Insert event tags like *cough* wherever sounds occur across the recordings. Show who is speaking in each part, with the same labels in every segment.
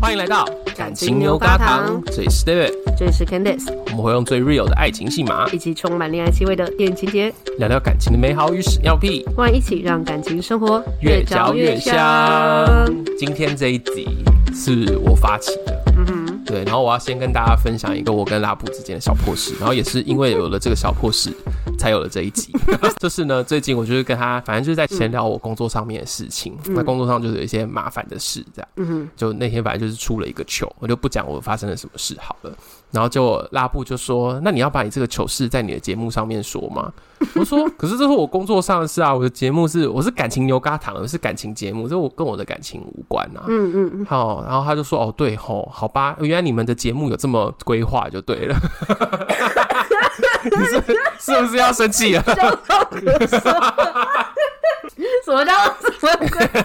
Speaker 1: 欢迎来到
Speaker 2: 感情牛轧糖
Speaker 1: 这里是 David，
Speaker 2: 这里是 Candice，
Speaker 1: 我们会用最 real 的爱情戏码
Speaker 2: 一起充满恋爱气味的电影情节，
Speaker 1: 聊聊感情的美好与屎尿屁，
Speaker 2: 我们一起让感情生活
Speaker 1: 越嚼越香。今天这一集是我发起的，
Speaker 2: 嗯哼，
Speaker 1: 对，然后我要先跟大家分享一个我跟拉布之间的小破事，然后也是因为有了这个小破事，才有了这一集。就是呢，最近我就是跟他，反正就是在闲聊我工作上面的事情，那工作上就是有一些麻烦的事，这样。
Speaker 2: 嗯哼，
Speaker 1: 就那天反正就是出了一个糗，我就不讲我发生了什么事好了。然后就拉布就说：“那你要把你这个糗事在你的节目上面说吗？”我说：“ *laughs* 可是这是我工作上的事啊，我的节目是我是感情牛轧糖，我是感情节目，这我跟我的感情无关啊。”
Speaker 2: 嗯嗯嗯，
Speaker 1: 好，然后他就说：“哦，对吼，好吧，原来你们的节目有这么规划，就对了。 *laughs* 你是是不是要生气了？
Speaker 2: 什么叫 *laughs* 什么鬼？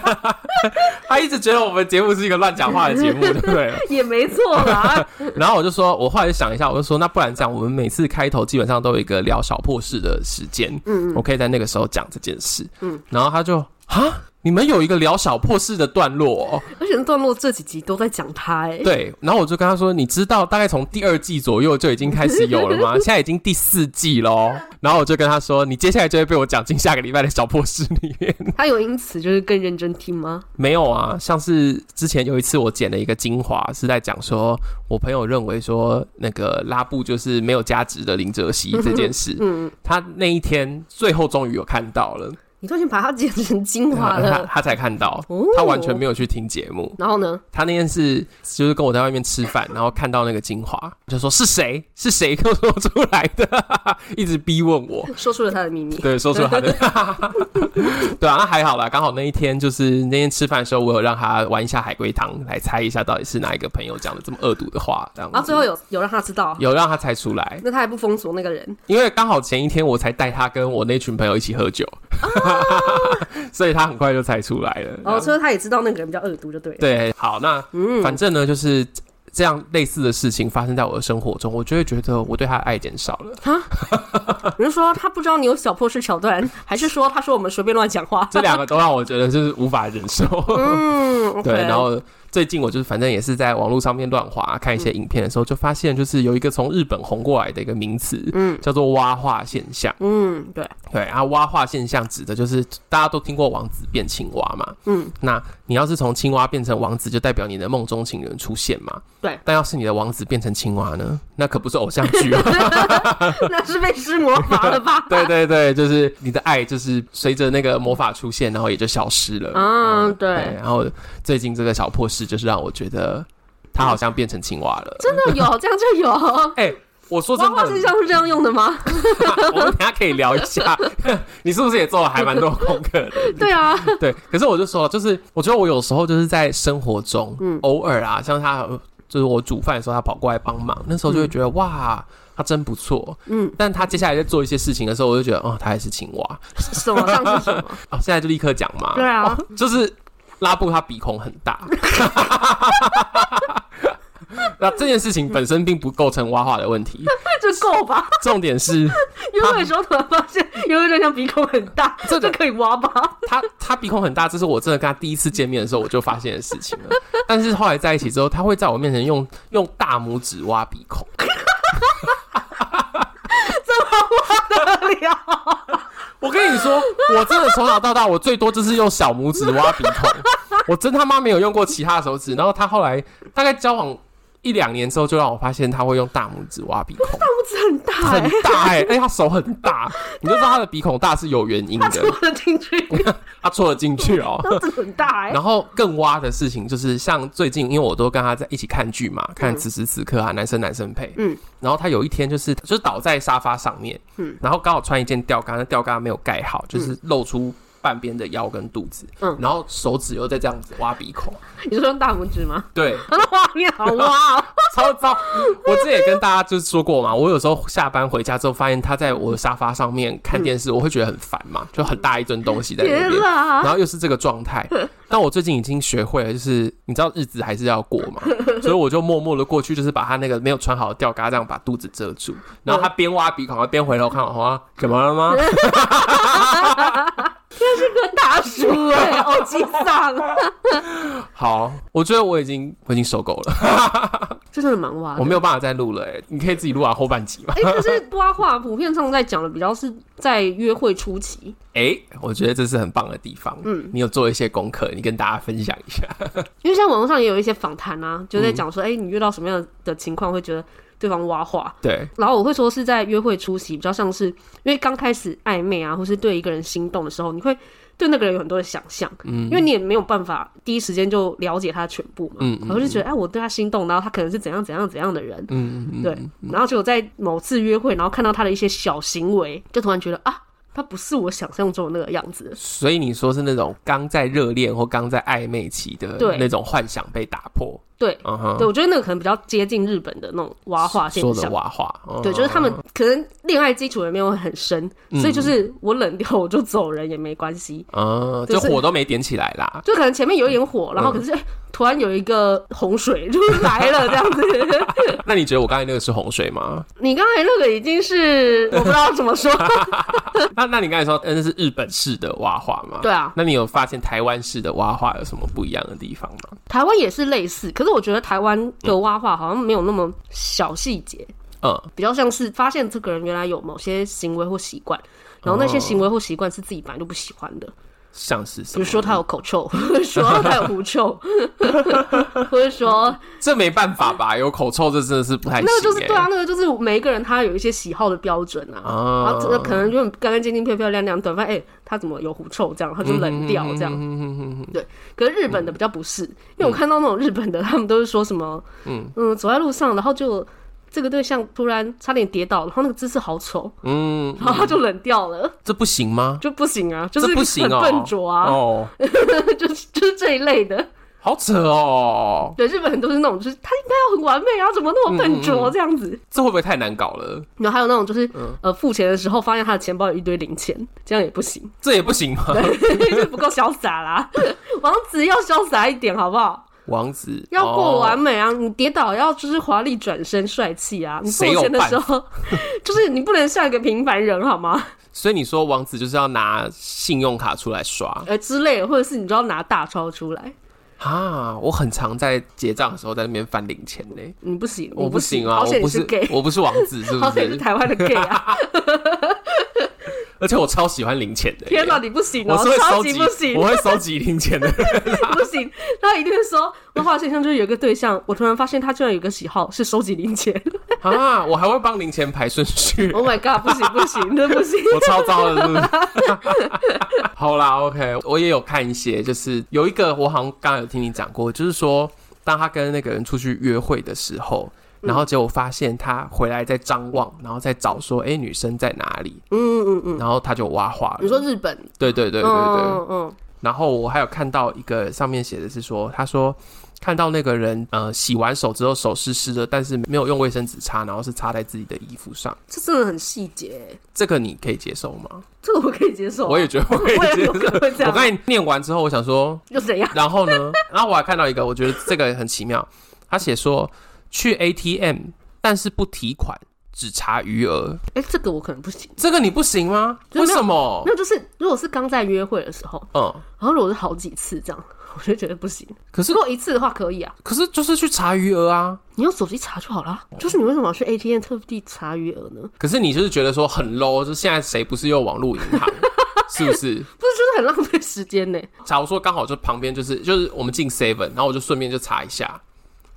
Speaker 1: 他一直觉得我们节目是一个乱讲话的节目，对不对？
Speaker 2: 也没错啦。 *laughs*
Speaker 1: 然后我就说，我后来就想一下，我就说，那不然这样，我们每次开头基本上都有一个聊小破事的时间，
Speaker 2: 嗯
Speaker 1: 我可以在那个时候讲这件事，
Speaker 2: 嗯
Speaker 1: 然后他就啊，你们有一个聊小破事的段落、哦，
Speaker 2: 而且段落这几集都在讲他、欸，
Speaker 1: 对，然后我就跟他说，你知道大概从第二季左右就已经开始有了吗？
Speaker 2: *laughs*
Speaker 1: 现在已经第四季喽，然后我就跟他说，你接下来就会被我讲进下个礼拜的小破事里面。 *laughs*
Speaker 2: 他有因此就是更认真听吗？
Speaker 1: 没有啊，像是之前有一次我剪了一个精华，是在讲说我朋友认为说那个拉布就是没有价值的林哲熙这件事。
Speaker 2: 嗯，
Speaker 1: 他那一天最后终于有看到了，
Speaker 2: 你都已经把它剪成精华
Speaker 1: 他 *laughs*
Speaker 2: 了，
Speaker 1: 他才看到，
Speaker 2: 哦
Speaker 1: 他完全没有去听节目。
Speaker 2: 然后呢？
Speaker 1: 他那天是就是跟我在外面吃饭，然后看到那个精华，就说是谁是谁 *laughs* 跟我说出来的， *laughs* 一直逼问我。
Speaker 2: 说出了他的秘密。
Speaker 1: 对，说出他的， *laughs* 对啊，那还好啦，刚好那一天就是那天吃饭的时候，我有让他玩一下海龟汤，来猜一下到底是哪一个朋友讲的这么恶毒的话，这样子。
Speaker 2: 然后最后有有让他知道，
Speaker 1: 有让他猜出来，
Speaker 2: 那他还不封锁那个人，
Speaker 1: 因为刚好前一天我才带他跟我那群朋友一起喝酒， *laughs* 所以他很快就猜出来了。
Speaker 2: 然后最后他也知道那个人比较恶毒，就对了。嗯
Speaker 1: 对，好，那反正呢，就是这样类似的事情发生在我的生活中，我就会觉得我对他的爱减少
Speaker 2: *laughs*
Speaker 1: 了。
Speaker 2: 你是说他不知道你有小破事桥段，还是说他说我们随便乱讲话？
Speaker 1: 这两个都让我觉得就是无法忍受。
Speaker 2: *laughs* 嗯，OK，
Speaker 1: 对，然后最近我就是反正也是在网络上面乱滑看一些影片的时候，就发现就是有一个从日本红过来的一个名词，
Speaker 2: 嗯
Speaker 1: 叫做蛙化现象。
Speaker 2: 嗯，对，
Speaker 1: 对，啊，蛙化现象指的就是大家都听过王子变青蛙嘛，
Speaker 2: 嗯，
Speaker 1: 那你要是从青蛙变成王子，就代表你的梦中情人出现嘛。
Speaker 2: 对
Speaker 1: 但要是你的王子变成青蛙呢，那可不是偶像剧哦。
Speaker 2: *laughs* 那是被施魔法
Speaker 1: *laughs*
Speaker 2: 了 *laughs* 吧？
Speaker 1: 对对对，就是你的爱就是随着那个魔法出现，然后也就消失了。
Speaker 2: 嗯对
Speaker 1: 然后最近这个小破事就是让我觉得他好像变成青蛙了。
Speaker 2: 真的有，这样就有。
Speaker 1: 哎、我说
Speaker 2: 花
Speaker 1: 真的
Speaker 2: 花，现象是这样用的吗？
Speaker 1: *laughs* 我们等一下可以聊一下， *laughs* 你是不是也做了还蛮多功课的？
Speaker 2: 对啊，
Speaker 1: 对，可是我就说了，就是我觉得我有时候就是在生活中，
Speaker 2: 嗯
Speaker 1: 偶尔啊，像他就是我煮饭的时候，他跑过来帮忙，那时候就会觉得、哇，他真不错。
Speaker 2: 嗯，
Speaker 1: 但他接下来在做一些事情的时候，我就觉得哦，他还是青蛙
Speaker 2: 什么像是 *laughs* 什么？
Speaker 1: 哦，现在就立刻讲嘛。
Speaker 2: 对啊
Speaker 1: 哦就是拉布他鼻孔很大。 *laughs* 那这件事情本身并不构成蛙化的问题，
Speaker 2: 这够吧？
Speaker 1: 重点是
Speaker 2: 因为有时候突然发现，因为这像鼻孔很大，
Speaker 1: 这个
Speaker 2: 可以挖吧？
Speaker 1: 他他鼻孔很大，这是我真的跟他第一次见面的时候我就发现的事情了。但是后来在一起之后，他会在我面前用用大拇指挖鼻孔，
Speaker 2: 得了， *laughs*
Speaker 1: 我跟你说，我真的从小到大，我最多就是用小拇指挖鼻孔，我真他妈没有用过其他手指。然后他后来大概交往一两年之后，就让我发现他会用大拇指挖鼻孔，
Speaker 2: 肚子很大
Speaker 1: 很
Speaker 2: 哎，
Speaker 1: 大哎、欸，哎、他手很大，你就知道他的鼻孔大是有原因
Speaker 2: 他戳
Speaker 1: 的，
Speaker 2: 得进去，
Speaker 1: 他戳了进去
Speaker 2: *laughs*
Speaker 1: 哦。
Speaker 2: 肚子很大哎。
Speaker 1: 然后更挖的事情就是，像最近因为我都跟他在一起看剧嘛，看此时此刻啊，男生男生配，
Speaker 2: 嗯
Speaker 1: 嗯，然后他有一天就是就是倒在沙发上面，
Speaker 2: 嗯
Speaker 1: 嗯，然后刚好穿一件吊杆，那吊杆没有盖好，就是露出半边的腰跟肚子，
Speaker 2: 嗯
Speaker 1: 嗯，然后手指又在这样子挖鼻孔，
Speaker 2: 你说用大拇指
Speaker 1: *laughs*
Speaker 2: 吗？
Speaker 1: 对，
Speaker 2: 他的画面好挖哦，
Speaker 1: *laughs* 超糟。我之前也跟大家就是说过嘛，我有时候下班回家之后，发现他在我的沙发上面看电视，我会觉得很烦嘛，就很大一尊东西在那
Speaker 2: 别
Speaker 1: 边。
Speaker 2: 啦
Speaker 1: 然，后又是这个状态。但我最近已经学会了，就是你知道日子还是要过嘛，所以我就默默的过去，就是把他那个没有穿好的吊嘎这样把肚子遮住，然后他边挖鼻孔边回头看我，啊哇，怎么了吗？
Speaker 2: 欸这是个大叔哎，哦，沮丧。
Speaker 1: 好，我觉得我已经我已经受够了，
Speaker 2: 这真的蛮挖的。
Speaker 1: 我没有办法再录了、欸。你可以自己录完后半集吧。
Speaker 2: 哎、可是挖话普遍上在讲的比较是在约会初期，
Speaker 1: 哎、我觉得这是很棒的地方。嗯，你有做一些功课，你跟大家分享一下。
Speaker 2: 因为现在网络上也有一些访谈啊，就在讲
Speaker 1: 嗯
Speaker 2: 说，哎、你遇到什么样的情况会觉得对方挖话？
Speaker 1: 对，
Speaker 2: 然后我会说是在约会初期，比较像是因为刚开始暧昧啊，或是对一个人心动的时候，你会对那个人有很多的想象，嗯，因为你也没有办法第一时间就了解他的全部嘛，
Speaker 1: 嗯
Speaker 2: 然后就觉得哎，我对他心动，然后他可能是怎样怎样怎样的人，
Speaker 1: 嗯，嗯
Speaker 2: 对，然后结果在某次约会，然后看到他的一些小行为，就突然觉得啊，他不是我想象中的那个样子，
Speaker 1: 所以你说是那种刚在热恋或刚在暧昧期的
Speaker 2: 对
Speaker 1: 那种幻想被打破，
Speaker 2: 对。
Speaker 1: 嗯哼，
Speaker 2: 对，我觉得那个可能比较接近日本的那种娃化现
Speaker 1: 说的
Speaker 2: 象。
Speaker 1: 娃话，嗯
Speaker 2: 对，就是他们可能恋爱基础也没有很深，所以就是我冷掉我就走人也没关系。
Speaker 1: 嗯，
Speaker 2: 就
Speaker 1: 就是火都没点起来啦。 *laughs*
Speaker 2: 就可能前面有一点火，然后可是、哎突然有一个洪水就来了这样子。 *laughs*
Speaker 1: 那你觉得我刚才那个是洪水吗？
Speaker 2: 你刚才那个已经是我不知道怎么说，
Speaker 1: 那那你刚才说呃那是日本式的蛙化吗？
Speaker 2: 对啊
Speaker 1: 那你有发现台湾式的蛙化有什么不一样的地方吗？
Speaker 2: 台湾也是类似，可是我觉得台湾的挖话好像没有那么小细节，
Speaker 1: 嗯，
Speaker 2: 比较像是发现这个人原来有某些行为或习惯，然后那些行为或习惯是自己本来就不喜欢的。
Speaker 1: 像是什
Speaker 2: 比
Speaker 1: 么？
Speaker 2: 如说他有口臭， *laughs* 说他有狐臭， *laughs* 或者说
Speaker 1: 这没办法吧，有口臭这真的是不太行、欸。
Speaker 2: 那个就是对啊，那个就是每一个人他有一些喜好的标准啊。然后这个
Speaker 1: 啊，
Speaker 2: 可能就干干净净、漂漂亮亮，短发，哎、他怎么有狐臭这样，他就
Speaker 1: 嗯
Speaker 2: 冷掉这样。可是日本的比较不是，因为我
Speaker 1: 嗯
Speaker 2: 看到那种日本的，他们都是说什么，嗯走在路上，然后就这个对象突然差点跌倒，然后那个姿势好丑，
Speaker 1: 嗯，
Speaker 2: *laughs* 然后他就冷掉了，
Speaker 1: 这不行吗？
Speaker 2: 就不行啊，就是
Speaker 1: 这不行
Speaker 2: 很
Speaker 1: 哦
Speaker 2: 笨拙啊，
Speaker 1: 哦，
Speaker 2: *laughs* 就是就是这一类的。
Speaker 1: 好扯哦，
Speaker 2: 对，日本人都是那种，就是他应该要很完美啊，怎么那
Speaker 1: 嗯
Speaker 2: 么笨拙这样子。
Speaker 1: 这会不会太难搞了？
Speaker 2: 然后还有那种就是，
Speaker 1: 嗯
Speaker 2: 呃，付钱的时候发现他的钱包有一堆零钱，这样也不行，
Speaker 1: 这也不行吗？
Speaker 2: *laughs* 就不够潇洒
Speaker 1: *laughs*
Speaker 2: 啦。王子要潇洒一点，好不好？
Speaker 1: 王子
Speaker 2: 要过完
Speaker 1: 哦
Speaker 2: 美啊！你跌倒要就是华丽转身、帅气啊！你付
Speaker 1: 谁有
Speaker 2: 钱的时候， *laughs* 就是你不能像一个平凡人好吗？ *laughs*
Speaker 1: 所以你说王子就是要拿信用卡出来刷
Speaker 2: 呃之类的，或者是你就要拿大钞出来，
Speaker 1: 啊？我很常在结账的时候在那边翻零钱嘞。
Speaker 2: 你不行，
Speaker 1: 我
Speaker 2: 你不
Speaker 1: 不行啊，
Speaker 2: 好
Speaker 1: 我
Speaker 2: 险你
Speaker 1: 不
Speaker 2: 是
Speaker 1: 是
Speaker 2: gay，
Speaker 1: 我不是王子，是不
Speaker 2: 好险你是
Speaker 1: 是？
Speaker 2: 台湾的
Speaker 1: *laughs*
Speaker 2: gay 啊！
Speaker 1: 而且我超喜欢零钱的耶，
Speaker 2: 天哪，你不行
Speaker 1: 我
Speaker 2: 哦
Speaker 1: 是会，
Speaker 2: 超
Speaker 1: 收
Speaker 2: 级不
Speaker 1: 集，
Speaker 2: 行 *laughs*
Speaker 1: 我，会收集零钱的。
Speaker 2: 不
Speaker 1: *laughs*
Speaker 2: 行，他一定会说，文化现象就是有一个对象，我突然发现他居然有一个喜好是收集零钱。
Speaker 1: 啊，我还会帮零钱排顺序，
Speaker 2: *laughs* oh my god，不行不行，真不行。
Speaker 1: *laughs* 我超糟了，是不是？好啦，OK，我也有看一些，就是有一个我好像刚刚有听你讲过，就是说当他跟那个人出去约会的时候。然后结果发现他回来在张望，然后再找说，哎，女生在哪里？
Speaker 2: *laughs* 嗯嗯嗯，
Speaker 1: 然后他就挖话了。
Speaker 2: 你说日本？
Speaker 1: 对对对对对。
Speaker 2: 嗯嗯嗯，
Speaker 1: 然后我还有看到一个上面写的是说，他说看到那个人呃洗完手之后手湿湿的，但是没有用卫生纸擦，然后是擦在自己的衣服上，
Speaker 2: 这真的很细节，欸
Speaker 1: 这个你可以接受吗？
Speaker 2: 这个我可以接受啊。
Speaker 1: 我也觉得我可以
Speaker 2: 我也
Speaker 1: 接
Speaker 2: 有
Speaker 1: 受。
Speaker 2: 会这
Speaker 1: 我
Speaker 2: 样
Speaker 1: 刚，才念完之后，我想说，
Speaker 2: 又怎样？
Speaker 1: 然后呢？然后我还看到一个，我觉得这个很奇妙，他写说去 ATM，但是不提款，只查余额，
Speaker 2: 哎，这个我可能不行。
Speaker 1: 这个你不行吗？
Speaker 2: 就
Speaker 1: 为
Speaker 2: 没有
Speaker 1: 什么？
Speaker 2: 那就是如果是刚在约会的时候，
Speaker 1: 嗯，
Speaker 2: 然后如果是好几次这样，我就觉得不行。
Speaker 1: 可是
Speaker 2: 如果一次的话可以啊，
Speaker 1: 可是就是去查余额啊。
Speaker 2: 你用手机查就好啦。就是你为什么要去 ATM 特地查余额呢？
Speaker 1: 可是你就是觉得说很 low，就现在谁不是用网络银
Speaker 2: *laughs*
Speaker 1: 行，是不是？
Speaker 2: 不是，就是很浪费时间呢。
Speaker 1: 假如说刚好就旁边就是就是我们进 seven，然后我就顺便就查一下，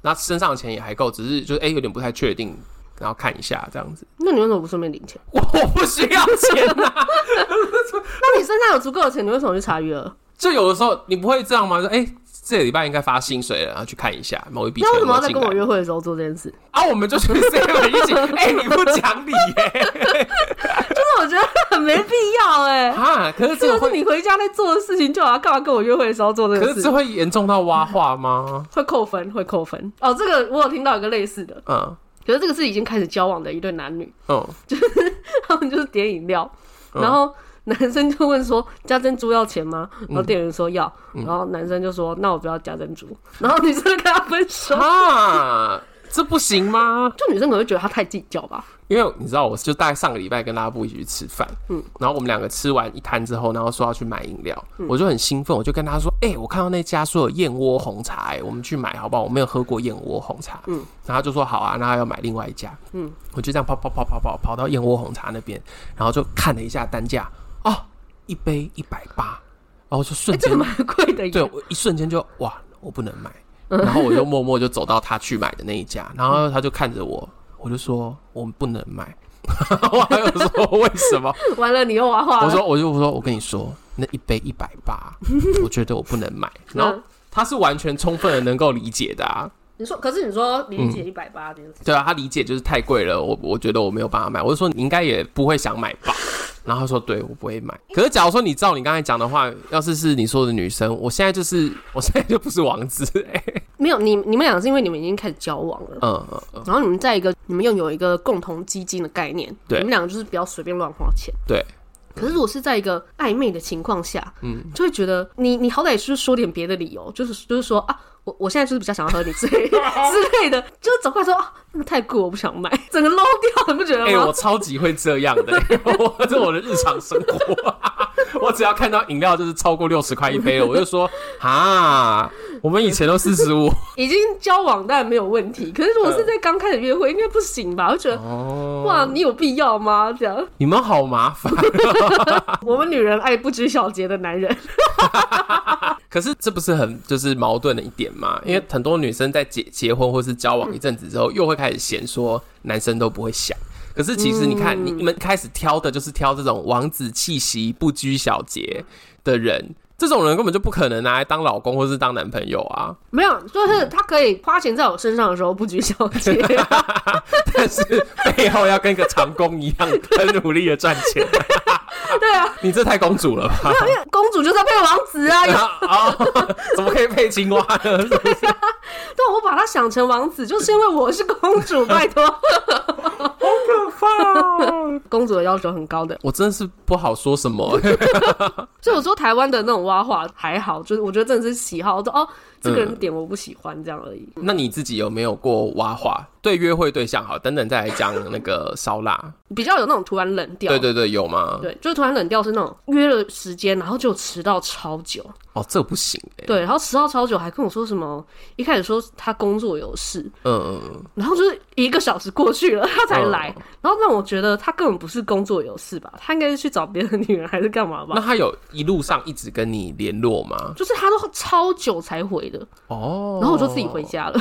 Speaker 1: 那身上的钱也还够，只是就是哎、有点不太确定，然后看一下这样子。
Speaker 2: 那你为什么不顺便领钱？
Speaker 1: 我我不需要钱啊呐、
Speaker 2: 那你身上有足够的钱，你为什么去查余额？
Speaker 1: *laughs* 就有的时候你不会这样吗？说哎、这个礼拜应该发薪水了，然后去看一下某一笔钱
Speaker 2: 那为
Speaker 1: 有
Speaker 2: 什
Speaker 1: 没有
Speaker 2: 么要在
Speaker 1: 进
Speaker 2: 跟我
Speaker 1: 来
Speaker 2: 约会的时候做这件事？
Speaker 1: 啊？我们就去 *laughs* seven 一起。哎、你不讲理
Speaker 2: *laughs*
Speaker 1: 耶、
Speaker 2: 那我觉得很没必要哎、
Speaker 1: 啊！可是这
Speaker 2: 这
Speaker 1: 个
Speaker 2: 个是
Speaker 1: 会，
Speaker 2: 你回家在做的事情，就好像干嘛跟我约会的时候做这
Speaker 1: 可
Speaker 2: 个
Speaker 1: 是
Speaker 2: 事
Speaker 1: 这？会严重到挖话
Speaker 2: *laughs*
Speaker 1: 吗？
Speaker 2: 会扣分，会扣分。哦，这个我有听到一个类似的，
Speaker 1: 嗯
Speaker 2: 可是这个是已经开始交往的一对男女， *laughs*
Speaker 1: 嗯，
Speaker 2: 他们就是点饮料，然后男生就问说加珍珠要钱吗？
Speaker 1: 嗯
Speaker 2: 然后店员说要， *laughs*
Speaker 1: 嗯
Speaker 2: 然后男生就说那我不要加珍珠，然后女生就跟他分手。
Speaker 1: 啊，这不行吗？
Speaker 2: 就女生可能会觉得他太计较吧。
Speaker 1: 因为你知道，我就大概上个礼拜跟拉布一起去吃饭，嗯，然后我们两个吃完一摊之后，然后说要去买饮料，我就很兴奋，我就跟他说：“哎、我看到那家说有燕窝红茶、哎，我们去买好不好？我没有喝过燕窝红茶。”嗯，然后他就说好啊，那他要买另外一家，嗯，我就这样跑跑跑跑跑跑到燕窝红茶那边，然后就看了一下单价，哦，一杯一百八，然后就
Speaker 2: 哎、
Speaker 1: 瞬
Speaker 2: 这
Speaker 1: 间
Speaker 2: 个蛮贵的耶。
Speaker 1: 对我一瞬间就哇，我不能买，然后我就默默就走到他去买的那一家，然后他就看着我，我就说我们不能买， *laughs* 我还有说为什么？
Speaker 2: 完了你又挖话了。
Speaker 1: 我说我就我说我跟你说，那一杯一百八，我觉得我不能买，然后
Speaker 2: 嗯。
Speaker 1: 他是完全充分的能够理解的啊，
Speaker 2: 你说，可是你说理
Speaker 1: 嗯
Speaker 2: 解一百八这件事，
Speaker 1: 对啊，他理解就是太贵了，我我觉得我没有办法买，我就说你应该也不会想买吧，然后他说对我不会买，可是假如说你照你刚才讲的话，要是是你说的女生，我现在就是我现在就不是王子、欸，
Speaker 2: 没有你你们俩是因为你们已经开始交往了，
Speaker 1: 嗯嗯嗯，
Speaker 2: 然后你们在一个你们又有一个共同基金的概念，
Speaker 1: 对
Speaker 2: 你们两个就是不要随便乱花钱。
Speaker 1: 对，
Speaker 2: 可是如果是在一个暧昧的情况下，嗯，就会觉得你你好歹也是说点别的理由，就是就是说啊，我我现在就是比较想要和你之类之类的， *laughs* 就是走过来说啊，那个太贵我不想买，整个 low 掉，你不觉得
Speaker 1: 哎、
Speaker 2: 吗？
Speaker 1: 我超级会这样的、我这是我的日常生活。 *laughs* 我只要看到饮料就是超过六十块一杯了，我就说啊，我们以前都四十五 *laughs*
Speaker 2: 已经交往当然没有问题，可是如果是在刚开始约会，应该不行吧？我觉得、
Speaker 1: 嗯哦，啊
Speaker 2: 哇，你有必要吗？这样，
Speaker 1: 你们好麻烦。
Speaker 2: 我们女人爱不拘小节的男人，
Speaker 1: 可是这不是很就是矛盾的一点吗？因为很多女生在结结婚或是交往一阵子之后，又会开始嫌说男生都不会想。可是其实你看，你你们开始挑的就是挑这种王子气息、不拘小节的人，这种人根本就不可能拿来当老公或是当男朋友啊。
Speaker 2: 没有，就是他可以花钱在我身上的时候不拘小 *laughs* 节，
Speaker 1: 但是背后要跟个长工一样，很努力的赚钱。
Speaker 2: 对啊，
Speaker 1: *laughs* 你这太公主了吧？
Speaker 2: 因为公主就是要配王子 *laughs* 啊，有
Speaker 1: 啊、 *laughs* 哦，怎么可以配青蛙呢？
Speaker 2: 对，我把他想成王子，就是因为我是公主，拜托，好可怕、 *laughs* 公主的要求很高的，
Speaker 1: *laughs* 我真是不好说什么。
Speaker 2: 所以我说台湾的那种挖话还好，就是我觉得真的是喜好，我说哦，这个人点我不喜欢这样而已。
Speaker 1: *laughs* 那你自己有没有过挖话？对约会对象好，等等再来讲那个烧腊。
Speaker 2: 比较有那种突然冷掉，
Speaker 1: 对对对，有吗？
Speaker 2: 对，就是突然冷掉是那种约了时间，然后就迟到超久，
Speaker 1: 哦，这不行哎、
Speaker 2: 对，然后迟到超久还跟我说什么，一开始说他工作有事，
Speaker 1: 嗯嗯
Speaker 2: 然后就是一个小时过去了 *laughs* 他才
Speaker 1: 嗯
Speaker 2: 来，然后让我觉得他根本不是工作有事吧，他应该是去找别的女人还是干嘛吧
Speaker 1: 那？他有一路上一直跟你联络吗？
Speaker 2: 就是他都超久才回的，
Speaker 1: 哦，
Speaker 2: 然后我就自己回。家了。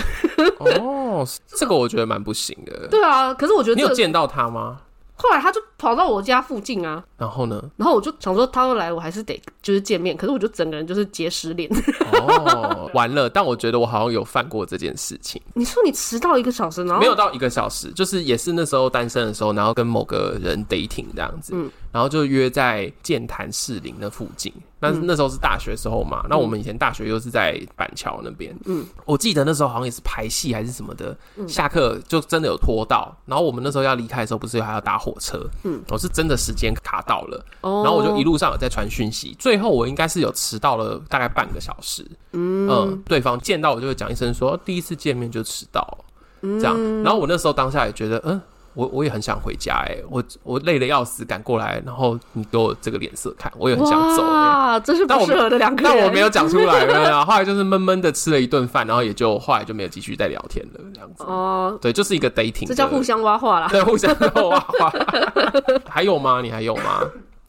Speaker 1: 哦，这个我觉得蛮不行的。
Speaker 2: 对啊，可是我觉
Speaker 1: 你
Speaker 2: 得
Speaker 1: 有
Speaker 2: 这个
Speaker 1: 见到他吗？
Speaker 2: 后来他就跑到我家附近啊，
Speaker 1: 然后呢？
Speaker 2: 然后我就想说他要来，我还是得就是见面。可是我就整个人就是结石脸。 *laughs*
Speaker 1: 哦，完了！但我觉得我好像有犯过这件事情，
Speaker 2: 你说你迟到一个小时，然后
Speaker 1: 没有到一个小时，就是也是那时候单身的时候，然后跟某个人 dating 这样子，然后就约在剑潭士林那附近。那那时候是大学时候嘛，那我们以前大学又是在板桥那边，嗯，我记得那时候好像也是排戏还是什么的，下课就真的有拖到，然后我们那时候要离开的时候，不是还要搭火车，嗯，我是真的时间卡到了，
Speaker 2: 哦，
Speaker 1: 然后我就一路上有在传讯息，最后我应该是有迟到了大概半个小时。嗯、对方见到我就会讲一声说第一次见面就迟到，
Speaker 2: 嗯
Speaker 1: 这样。然后我那时候当下也觉得，嗯，我我也很想回家哎、我我累得要死，赶过来，然后你给我这个脸色看，我也很想走哎、
Speaker 2: 哇，这是
Speaker 1: 但
Speaker 2: 不
Speaker 1: 我
Speaker 2: 适合的两个人。
Speaker 1: 但我没有讲出来，对啊。后来就是闷闷的吃了一顿饭，然后也就后来就没有继续再聊天了，这样子。
Speaker 2: 哦，
Speaker 1: 对，就是一个 dating，
Speaker 2: 这叫
Speaker 1: 的
Speaker 2: 互相挖话啦。
Speaker 1: 对互相的哇哇。 *laughs* 还有吗？你还有吗？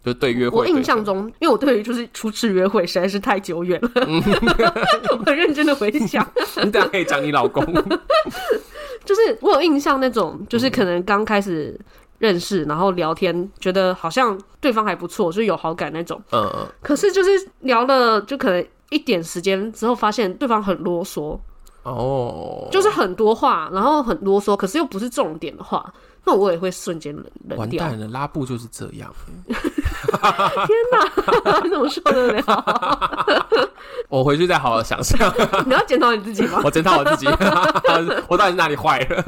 Speaker 1: 就对约会
Speaker 2: 我
Speaker 1: 对象，
Speaker 2: 印象中，因为我对于就是初次约会实在是太久远了， *laughs* 我很认真的回想，
Speaker 1: *laughs* 你等下可以讲你老
Speaker 2: *laughs*
Speaker 1: 公。嗯
Speaker 2: 就是我有印象那种，就是可能刚开始认识，然后聊天，觉得好像对方还不错，就是有好感那种。
Speaker 1: 嗯嗯，
Speaker 2: 可是就是聊了，就可能一点时间之后，发现对方很啰嗦，
Speaker 1: 哦，
Speaker 2: 就是很多话，然后很啰嗦，可是又不是重点的话，那我也会瞬间冷冷
Speaker 1: 完
Speaker 2: *laughs* 掉。
Speaker 1: 蛋了，拉布就是这样。
Speaker 2: 你怎么受得
Speaker 1: *laughs*
Speaker 2: 了？
Speaker 1: 我回去再好好想想，
Speaker 2: 你要检讨你自己吗？
Speaker 1: 我检讨我自己，我到底是哪里坏了。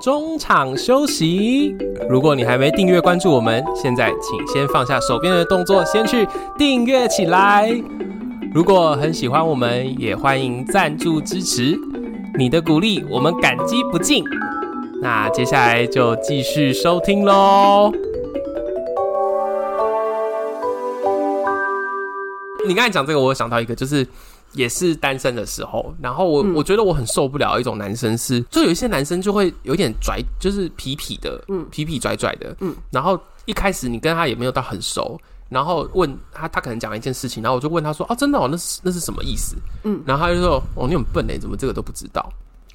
Speaker 1: 中场休息。如果你还没订阅关注我们，现在请先放下手边的动作，先去订阅起来。如果很喜欢我们，也欢迎赞助支持，你的鼓励我们感激不尽。那接下来就继续收听喽。你刚才讲这个，我有想到一个，就是也是单身的时候，然后我、
Speaker 2: 嗯
Speaker 1: 我觉得我很受不了一种男生是，就有一些男生就会有点拽，就是痞痞的，嗯
Speaker 2: 嗯，
Speaker 1: 痞痞拽拽的，嗯
Speaker 2: 嗯，
Speaker 1: 然后一开始你跟他也没有到很熟。然后问他，他可能讲了一件事情，然后我就问他说：“哦，真的哦，那是那是什么意思？”嗯
Speaker 2: 嗯，
Speaker 1: 然后他就说：“哦，你很笨哎，怎么这个都不知道？”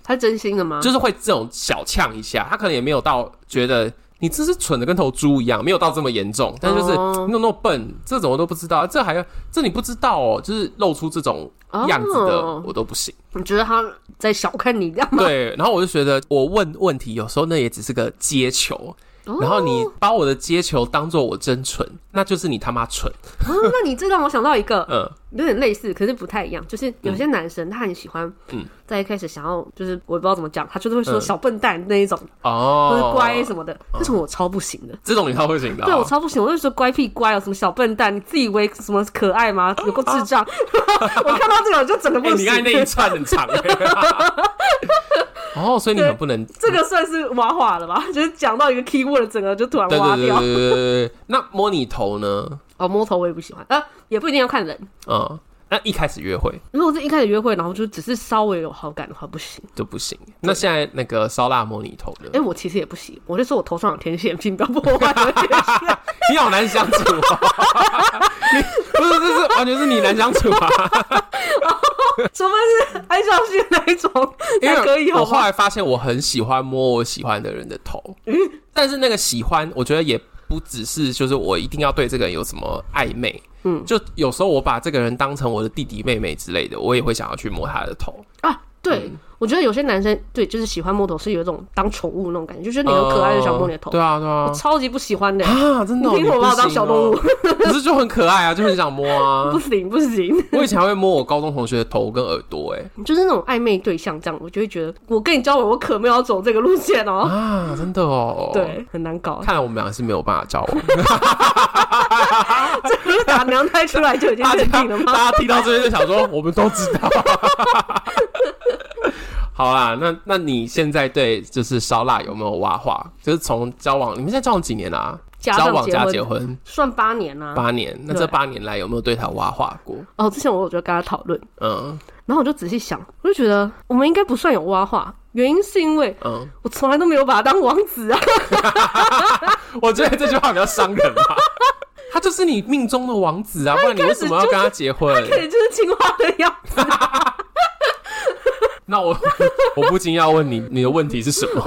Speaker 2: 他真心的吗？
Speaker 1: 就是会这种小呛一下，他可能也没有到觉得你这是蠢的跟头猪一样，没有到这么严重，但就是、
Speaker 2: 哦
Speaker 1: 你怎么那么笨，这怎么都不知道，这还要这你不知道哦，就是露出这种样子的、
Speaker 2: 哦
Speaker 1: 我都不行。
Speaker 2: 你觉得他在小看你，这样吗？
Speaker 1: 对，然后我就觉得我问问题有时候那也只是个接球，
Speaker 2: 哦
Speaker 1: 然后你把我的接球当做我真蠢，那就是你他妈蠢。
Speaker 2: 啊，那你这让我想到一个
Speaker 1: 嗯
Speaker 2: 有点类似，可是不太一样，就是有些男生他很喜欢，
Speaker 1: 嗯
Speaker 2: 在一开始想要就是我也不知道怎么讲，他就是会
Speaker 1: 嗯
Speaker 2: 说小笨蛋那一种，或
Speaker 1: 哦，
Speaker 2: 者乖什么的，这种我超不行的。
Speaker 1: 这种你倒会行的、哦。
Speaker 2: 对我超不行，我就说乖屁乖哦，什么小笨蛋，你自以为什么可爱吗？有够智障！ *laughs* 我看到这个我就整个
Speaker 1: 啊哎、
Speaker 2: 不
Speaker 1: 你
Speaker 2: 行。
Speaker 1: 刚才那一串很长、欸。 *laughs* 哦，所以你很不能
Speaker 2: 这个算是挖话了吧？就是讲到一个 key word，整个就突
Speaker 1: *laughs*
Speaker 2: 然
Speaker 1: 对
Speaker 2: 挖
Speaker 1: 对对
Speaker 2: 掉。
Speaker 1: 对对对对。那摸你头呢？
Speaker 2: 哦，摸头我也不喜欢，呃，也不一定要看人。
Speaker 1: 嗯，那一开始约会
Speaker 2: 如果是一开始约会，然后就只是稍微有好感的话，不行。
Speaker 1: 就不行。那现在那个烧腊摸你头呢
Speaker 2: 哎、？我其实也不行，我就说我头上有天线，请不要破坏 *laughs* 我的天线。
Speaker 1: 你好难相处
Speaker 2: *laughs*
Speaker 1: 啊！你不是，这是完全是你难相处
Speaker 2: *laughs*
Speaker 1: 啊！
Speaker 2: 除非是安孝燮那一种
Speaker 1: 因
Speaker 2: 才可以，
Speaker 1: 为我
Speaker 2: 好
Speaker 1: 后
Speaker 2: 吗？
Speaker 1: 来发现我很喜欢摸我喜欢的人的头，但是那个喜欢，我觉得也不只是就是我一定要对这个人有什么暧昧。嗯，就有时候我把这个人当成我的弟弟妹妹之类的，我也会想要去摸他的头。
Speaker 2: 啊，对，我觉得有些男生对就是喜欢摸头是有一种当宠物那种感觉，就是你很可爱就想摸你的头，
Speaker 1: 嗯对啊，对啊
Speaker 2: 我，超级不喜欢的、
Speaker 1: 啊，真的、哦，
Speaker 2: 你凭什么
Speaker 1: 不
Speaker 2: 把我当
Speaker 1: 行
Speaker 2: 小动物
Speaker 1: 哦？ *laughs* 可是就很可爱啊，就很想摸啊
Speaker 2: *laughs* 不。行不行，
Speaker 1: 我以前还会摸我高中同学的头跟耳朵、欸，
Speaker 2: 就是那种暧昧对象这样，我就会觉得我跟你交往，我可没有要走这个路线哦、
Speaker 1: 啊，真的哦。，
Speaker 2: 对，很难搞，
Speaker 1: 看来我们俩是没有办法交
Speaker 2: *laughs*
Speaker 1: 往。
Speaker 2: 这不是打娘胎出来就已经
Speaker 1: 大家
Speaker 2: 认定了吗？
Speaker 1: 大家 *laughs* 听到这边就想说，我们都知道。 *laughs* 好啦，那那你现在对就是烧腊有没有挖话？就是从交往，你们现在交往几年啦、
Speaker 2: 加
Speaker 1: 交
Speaker 2: 上
Speaker 1: 往加结
Speaker 2: 结
Speaker 1: 婚
Speaker 2: 算八年啦、
Speaker 1: 八年，那这
Speaker 2: 对
Speaker 1: 八年来有没有对他挖话过？
Speaker 2: 哦，之前我有就跟他讨论，
Speaker 1: 嗯
Speaker 2: 然后我就仔细想，我就觉得我们应该不算有挖话，原因是因为
Speaker 1: 嗯，
Speaker 2: 我从来都没有把他当王子啊。
Speaker 1: *laughs* 我觉得这句话比较伤人吧。 *laughs* 他就是你命中的王子啊，不然你为什么要跟他结婚？
Speaker 2: *laughs* 对，就是青蛙的样
Speaker 1: *laughs*
Speaker 2: 子。
Speaker 1: 那我我不禁要问你，你的问题是什么？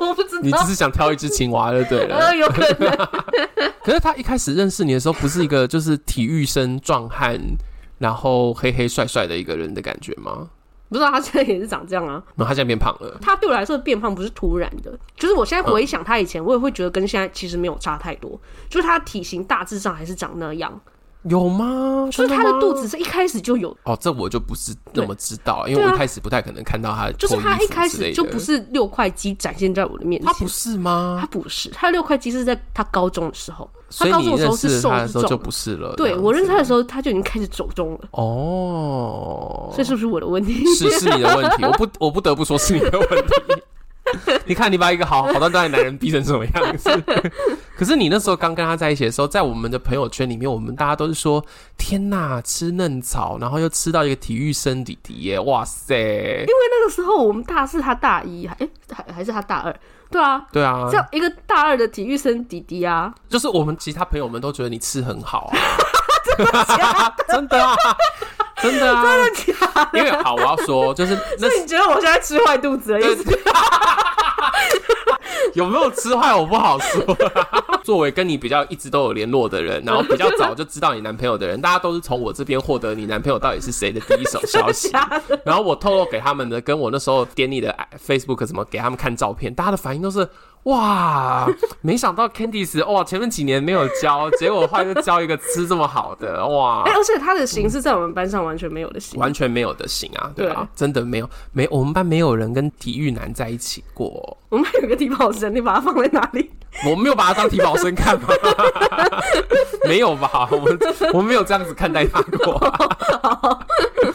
Speaker 2: 我不知
Speaker 1: 你
Speaker 2: 道 *laughs*
Speaker 1: 只，是想挑一只青蛙就对了。
Speaker 2: 呃，有可能。
Speaker 1: 可是他一开始认识你的时候，不是一个就是体育生壮汉，然后黑黑帅帅的一个人的感觉吗？
Speaker 2: 不知道他现在也是长这样啊。
Speaker 1: 然后他现在变胖了，
Speaker 2: 他对我来说的变胖不是突然的，就是我现在回想他以前，我也会觉得跟现在其实没有差太多，就是他体型大致上还是长那样，
Speaker 1: 有吗？
Speaker 2: 就是他
Speaker 1: 真
Speaker 2: 的
Speaker 1: 吗
Speaker 2: 肚子是一开始就有，
Speaker 1: 哦，这我就不是那么知道，因为
Speaker 2: 对啊
Speaker 1: 我一开始不太可能看到他
Speaker 2: 就是
Speaker 1: 脱衣
Speaker 2: 他一
Speaker 1: 服
Speaker 2: 开
Speaker 1: 之类
Speaker 2: 始
Speaker 1: 的
Speaker 2: 就不，是六块肌展现在我的面
Speaker 1: 他
Speaker 2: 前
Speaker 1: 不。是吗
Speaker 2: 他？不是，他六块肌是在他高中的时候，他
Speaker 1: 所以
Speaker 2: 高
Speaker 1: 你
Speaker 2: 中的时
Speaker 1: 认
Speaker 2: 候是
Speaker 1: 识
Speaker 2: 瘦
Speaker 1: 他的
Speaker 2: 是
Speaker 1: 时候就
Speaker 2: 重的，
Speaker 1: 不是了。这
Speaker 2: 对
Speaker 1: 样
Speaker 2: 我认
Speaker 1: 子
Speaker 2: 识他的时候他就已经开始走中了，
Speaker 1: 哦，
Speaker 2: 所以是不是我的问题？
Speaker 1: 是是你的问题，我不 *laughs* 我不得不说是你的问题。 *laughs* 你看，你把一个好好端端的男人逼成什么样子？ *laughs* 可是你那时候刚跟他在一起的时候，在我们的朋友圈里面，我们大家都是说：“天呐，吃嫩草，然后又吃到一个体育生弟弟耶！”哇塞，
Speaker 2: *laughs* 因为那个时候我们大四，他大一，哎、还还是他大二，对啊，
Speaker 1: 对啊
Speaker 2: 这，样一个大二的体育生弟弟啊，
Speaker 1: *laughs* 就是我们其他朋友们都觉得你吃很好 *laughs* 啊， *laughs* 真的啊，真的啊，真的假因为好，我要说，就是那
Speaker 2: 那你觉得我现在吃坏肚子了？意思？
Speaker 1: 有没有吃坏我不好说、作为跟你比较一直都有联络的人，然后比较早就知道你男朋友的人，大家都是从我这边获得你男朋友到底是谁的第一手消
Speaker 2: *laughs*
Speaker 1: 息。然后我透露给他们的，跟我那时候点你的呃 Facebook 什么给他们看照片，大家的反应都是。哇，没想到 Candice 哇，前面几年没有教，结果后来就教一个吃这么好的哇
Speaker 2: 哎、，而且他的型是在我们班上完全没有的型，
Speaker 1: 啊嗯完全没有的行啊，对啊
Speaker 2: 对，
Speaker 1: 真的没有，没我们班没有人跟体育男在一起过，
Speaker 2: 我们还有一个地方神，你把它放在哪里？
Speaker 1: 我没有把它当体保生看
Speaker 2: *laughs*
Speaker 1: 吧？没有吧？我们我们没有这样子看待它过、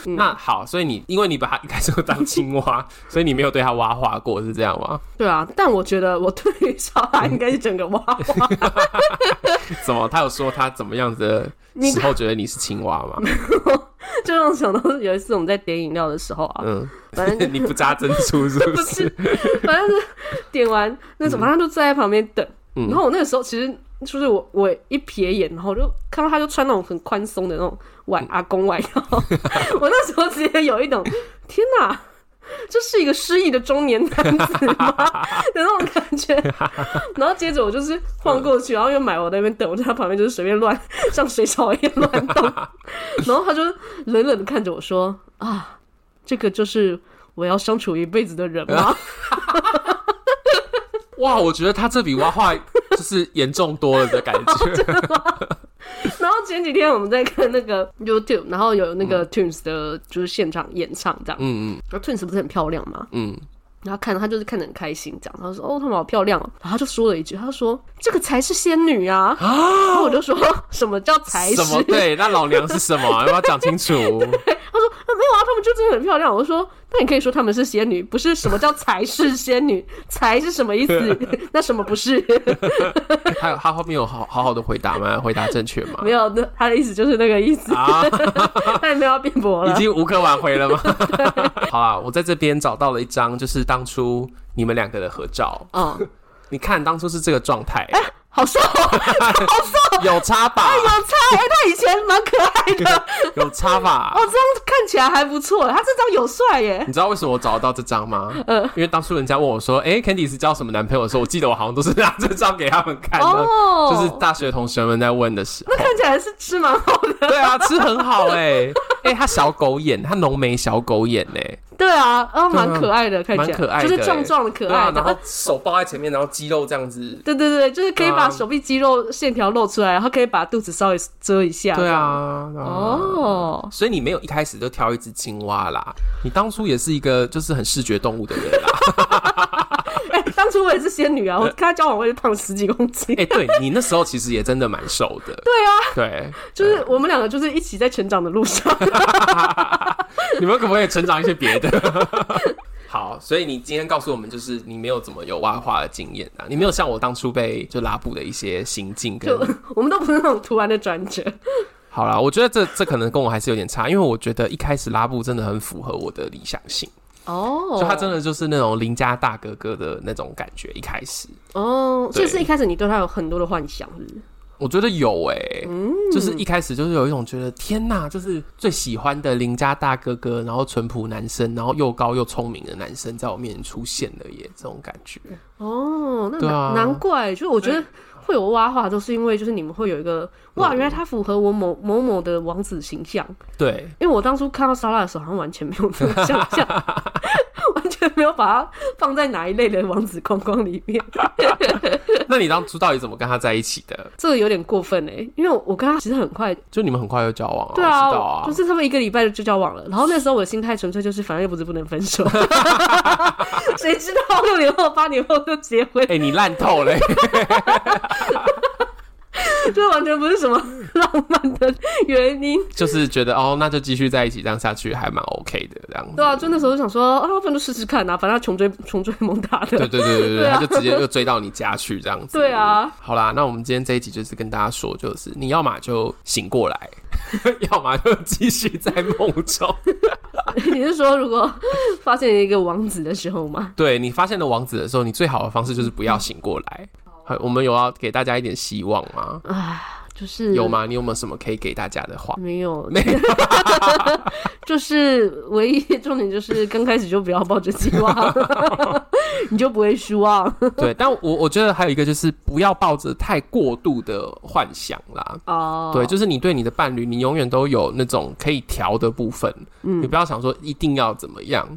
Speaker 1: 那好，所以你因为你把它一开始就当青
Speaker 2: *laughs*
Speaker 1: 蛙，所以你没有对它挖花过，是这样吗？
Speaker 2: 对啊，但我觉得我对于小孩应该是整个
Speaker 1: *laughs*
Speaker 2: 挖花，
Speaker 1: 怎么？他有说他怎么样子的时候觉得你是青蛙
Speaker 2: *laughs*
Speaker 1: 吗？
Speaker 2: 就让我想到有一次我们在点饮料的时候啊，
Speaker 1: 嗯， *laughs*
Speaker 2: 反正
Speaker 1: 你不扎珍珠是不
Speaker 2: *laughs* 不
Speaker 1: 是
Speaker 2: 是？反正是点完那种，反正就坐在旁边等。
Speaker 1: 嗯
Speaker 2: 然后我那个时候其实就是我我一瞥眼，然后我就看到他就穿那种很宽松的那种外阿公外套， *laughs* 我那时候直接有一种天哪。这是一个失忆的中年男子吗的那种感觉，然后接着我就是晃过去，然后又买我在那边等，我在他旁边就是随便乱，像水草一样乱动，然后他就冷冷的看着我说：“啊，这个就是我要相处一辈子的人
Speaker 1: 啊
Speaker 2: 吗？”
Speaker 1: 哇，我觉得他这比挖花就是严重多了的感
Speaker 2: *laughs* 哦
Speaker 1: 觉。
Speaker 2: *laughs* 然后前几天我们在看那个 YouTube，然后有那个 Twins 的，就是现场演唱这样。
Speaker 1: 嗯
Speaker 2: 然后 Twins 不是很漂亮嘛，
Speaker 1: 嗯
Speaker 2: 然后看她就是看得很开心这样。然后说：“哦，她们好漂亮哦。”然后她就说了一句：“她说这个才是仙女啊！”然后我就说：“ *laughs* 什么叫
Speaker 1: 嗯，
Speaker 2: 才是？”
Speaker 1: 什么？对，那老娘是什么啊？要不要讲清楚？
Speaker 2: 她说：“啊，没有啊，她们就真的很漂亮。”我说：“那你可以说她们是仙女，不是什么叫才是仙女？ *laughs* 才是什么
Speaker 1: *laughs*
Speaker 2: 意思？那什么不是？” *laughs*
Speaker 1: 他有他后面有好好好的回答吗？回答正确吗？
Speaker 2: 没有，那他的意思就是那个意思，
Speaker 1: 啊，
Speaker 2: 他也没有要辩驳
Speaker 1: 已
Speaker 2: 了。
Speaker 1: 经无可挽回了
Speaker 2: *laughs*
Speaker 1: 吗？ *laughs* 好啦，我在这边找到了一张，就是当初你们两个的合照。
Speaker 2: 哦，
Speaker 1: 你看，当初是这个状态，
Speaker 2: 好瘦， *laughs*
Speaker 1: 有差吧？
Speaker 2: 有差哎哦哎、他以前蛮可爱的，哦，
Speaker 1: 有差吧？
Speaker 2: 这张看起来还不错，他这张有帅耶。
Speaker 1: 你知道为什么我找得到这张吗？嗯，因为当初人家问我说：“哎、c a n d y 是交什么男朋友？”的时候，我记得我好像都是拿这张给他们看的，
Speaker 2: 哦
Speaker 1: 就是大学同学们在问的时候。
Speaker 2: 看起来是吃蛮好
Speaker 1: *laughs*
Speaker 2: 的，
Speaker 1: 对啊，吃很好哎、
Speaker 2: *laughs*
Speaker 1: 欸，哎、他小狗眼，他浓眉小狗眼呢、
Speaker 2: 对啊，啊，蛮可爱的，看起
Speaker 1: 蛮
Speaker 2: 来
Speaker 1: 可爱的、欸，
Speaker 2: 就是壮壮的可
Speaker 1: 对
Speaker 2: 爱
Speaker 1: 啊，
Speaker 2: 的，哦
Speaker 1: 然后手抱在前面，然后肌肉这样子。
Speaker 2: 对对对，就是可以把
Speaker 1: 对啊
Speaker 2: 手臂肌肉线条露出来，然后可以把肚子稍微遮一下。
Speaker 1: 对，啊，哦，
Speaker 2: 哦，
Speaker 1: 所以你没有一开始就挑一只青蛙啦，你当初也是一个就是很视觉动物的人啦。 *laughs*
Speaker 2: 哎，当初我也是仙女啊，我跟他交往我也胖十几公斤
Speaker 1: 哎、。对你那时候其实也真的蛮瘦的。对啊，对，
Speaker 2: 就是我们两个就是一起在成长的路上，
Speaker 1: 你们可不可以成长一些别的？ *laughs* 好，所以你今天告诉我们，就是你没有怎么有挖花的经验啊，你没有像我当初被就拉布的一些行径跟
Speaker 2: 就我们都不是那种突然的转折。
Speaker 1: *laughs* 好啦，我觉得这这可能跟我还是有点差，因为我觉得一开始拉布真的很符合我的理想性，
Speaker 2: 哦，
Speaker 1: 就他真的就是那种邻家大哥哥的那种感觉。一开始
Speaker 2: 哦，所
Speaker 1: 对
Speaker 2: 以是一开始你对他有很多的幻想，是不是？
Speaker 1: 我觉得有诶、
Speaker 2: 嗯
Speaker 1: 就是一开始就是有一种觉得天呐，就是最喜欢的邻家大哥哥，然后淳朴男生，然后又高又聪明的男生在我面前出现了耶，这种感觉。
Speaker 2: 哦，那
Speaker 1: 对
Speaker 2: 难、
Speaker 1: 啊
Speaker 2: 难怪，就是我觉得会有挖话，都是因为就是你们会有一个哇，
Speaker 1: 嗯
Speaker 2: 原来他符合我某某某的王子形象。
Speaker 1: 对，
Speaker 2: 因为我当初看到莎拉的时候，好像完全没有这个想
Speaker 1: *laughs*
Speaker 2: 象，完全没有把它放在哪一类的王子框框里
Speaker 1: *laughs*
Speaker 2: 面，
Speaker 1: 那你当初到底怎么跟他在一起的？
Speaker 2: 这个有点过分哎、因为我我跟他其实很快，
Speaker 1: 就你们很快就交往啊？
Speaker 2: 对
Speaker 1: 哦我
Speaker 2: 啊，
Speaker 1: 知道啊，
Speaker 2: 就是他们一个礼拜就交往了。然后那时候我的心态纯粹就是，反正又不是不能
Speaker 1: *laughs*
Speaker 2: 分手，谁知道六年后、八年后就结婚
Speaker 1: 哎、，你烂透了、
Speaker 2: 这完全不是什么 *laughs* 浪漫的原因。
Speaker 1: *laughs* 就是觉得哦，那就继续在一起，这样下去还蛮 OK 的这样子。
Speaker 2: 对啊，就那时候就想说啊，反正就试试看啊，反正他穷追穷追猛打
Speaker 1: 对
Speaker 2: 的。
Speaker 1: 对对对
Speaker 2: *laughs* 对
Speaker 1: 对，
Speaker 2: 啊
Speaker 1: 他就直接就追到你家去这样子。
Speaker 2: 对啊， *laughs*
Speaker 1: 好啦，那我们今天这一集就是跟大家说，就是你要么就醒过来， *laughs* 要么就继续在梦中。 *laughs*
Speaker 2: 你是说如果发现一个王子的时候吗？
Speaker 1: 对你发现了王子的时候，你最好的方式就是不要醒过来。好我们有要给大家一点希望吗？
Speaker 2: 啊，就是
Speaker 1: 有？吗？你有没有什么可以给大家的话？
Speaker 2: 没有，
Speaker 1: *laughs* 没有，
Speaker 2: *laughs* 就是唯一的重点就是刚开始就不要抱着希
Speaker 1: *laughs*
Speaker 2: 望，你就不会啊失望。
Speaker 1: 对，但我我觉得还有一个就是不要抱着太过度的幻想啦。
Speaker 2: 哦，
Speaker 1: 对，就是你对你的伴侣，你永远都有那种可以调的部分，
Speaker 2: 嗯
Speaker 1: 你不要想说一定要怎么样。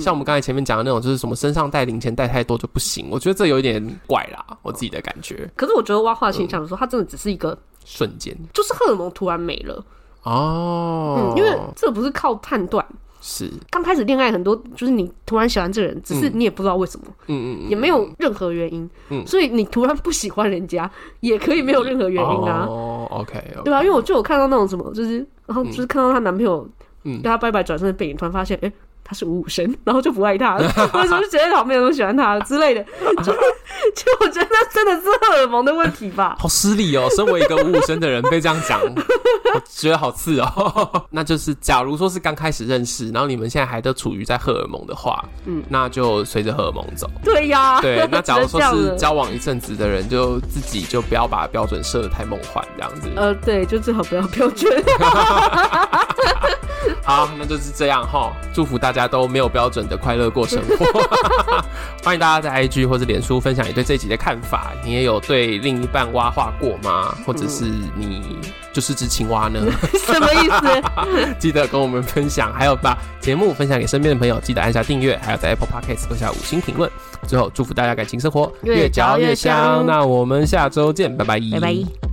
Speaker 1: 像我们刚才前面讲的那种，就是什么身上带零钱带太多就不行，我觉得这有一点怪啦，我自己的感觉，
Speaker 2: 可是我觉得挖化形象的时候，它真的只是一个，
Speaker 1: 瞬间
Speaker 2: 就是荷尔蒙突然没了。
Speaker 1: 哦、
Speaker 2: 嗯嗯，因为这不是靠判断，
Speaker 1: 是，
Speaker 2: 刚开始恋爱很多就是你突然喜欢这个人，只是你也不知道为什么，
Speaker 1: 嗯嗯，
Speaker 2: 也没有任何原因，
Speaker 1: 嗯
Speaker 2: 所以你突然不喜欢人家也可以没有任何原因啊，
Speaker 1: 哦，OK，, o k
Speaker 2: 对啊，因为我就有看到那种什么，就是然后就是看到她男朋友
Speaker 1: 嗯
Speaker 2: 跟她拜拜转身的背影，突然发现，哎、他是五五身，然后就不爱他了，为什么就觉得旁边人都喜欢他了之类的？就就我觉得那真的是荷尔蒙的问题
Speaker 1: *laughs*
Speaker 2: 吧。
Speaker 1: 好失礼哦！身为一个五五身的人被这样讲，我觉得好刺哦。 *laughs* 那就是，假如说是刚开始认识，然后你们现在还都处于在荷尔蒙的话，
Speaker 2: 嗯
Speaker 1: 那就随着荷尔蒙走。
Speaker 2: 对
Speaker 1: *laughs*
Speaker 2: 呀、
Speaker 1: 对，那假如说
Speaker 2: 只能这
Speaker 1: 是
Speaker 2: 样了
Speaker 1: 交往一阵子的人，就自己就不要把标准设的太梦幻这样子。
Speaker 2: 呃，对，就最好不要标准。
Speaker 1: 好，那就是这样哈。祝福大家都没有标准的快乐过生活。
Speaker 2: *laughs*
Speaker 1: 欢迎大家在 IG 或者脸书分享你对这一集的看法。你也有对另一半挖话过吗？或者是你就是只青蛙呢？
Speaker 2: 什么意思？
Speaker 1: *laughs* 记得跟我们分享，还有把节目分享给身边的朋友，记得按下订阅，还有在 Apple Podcast 留下五星评论。最后，祝福大家感情生活
Speaker 2: 越嚼越香
Speaker 1: 那我们下周见，拜拜，
Speaker 2: 拜拜。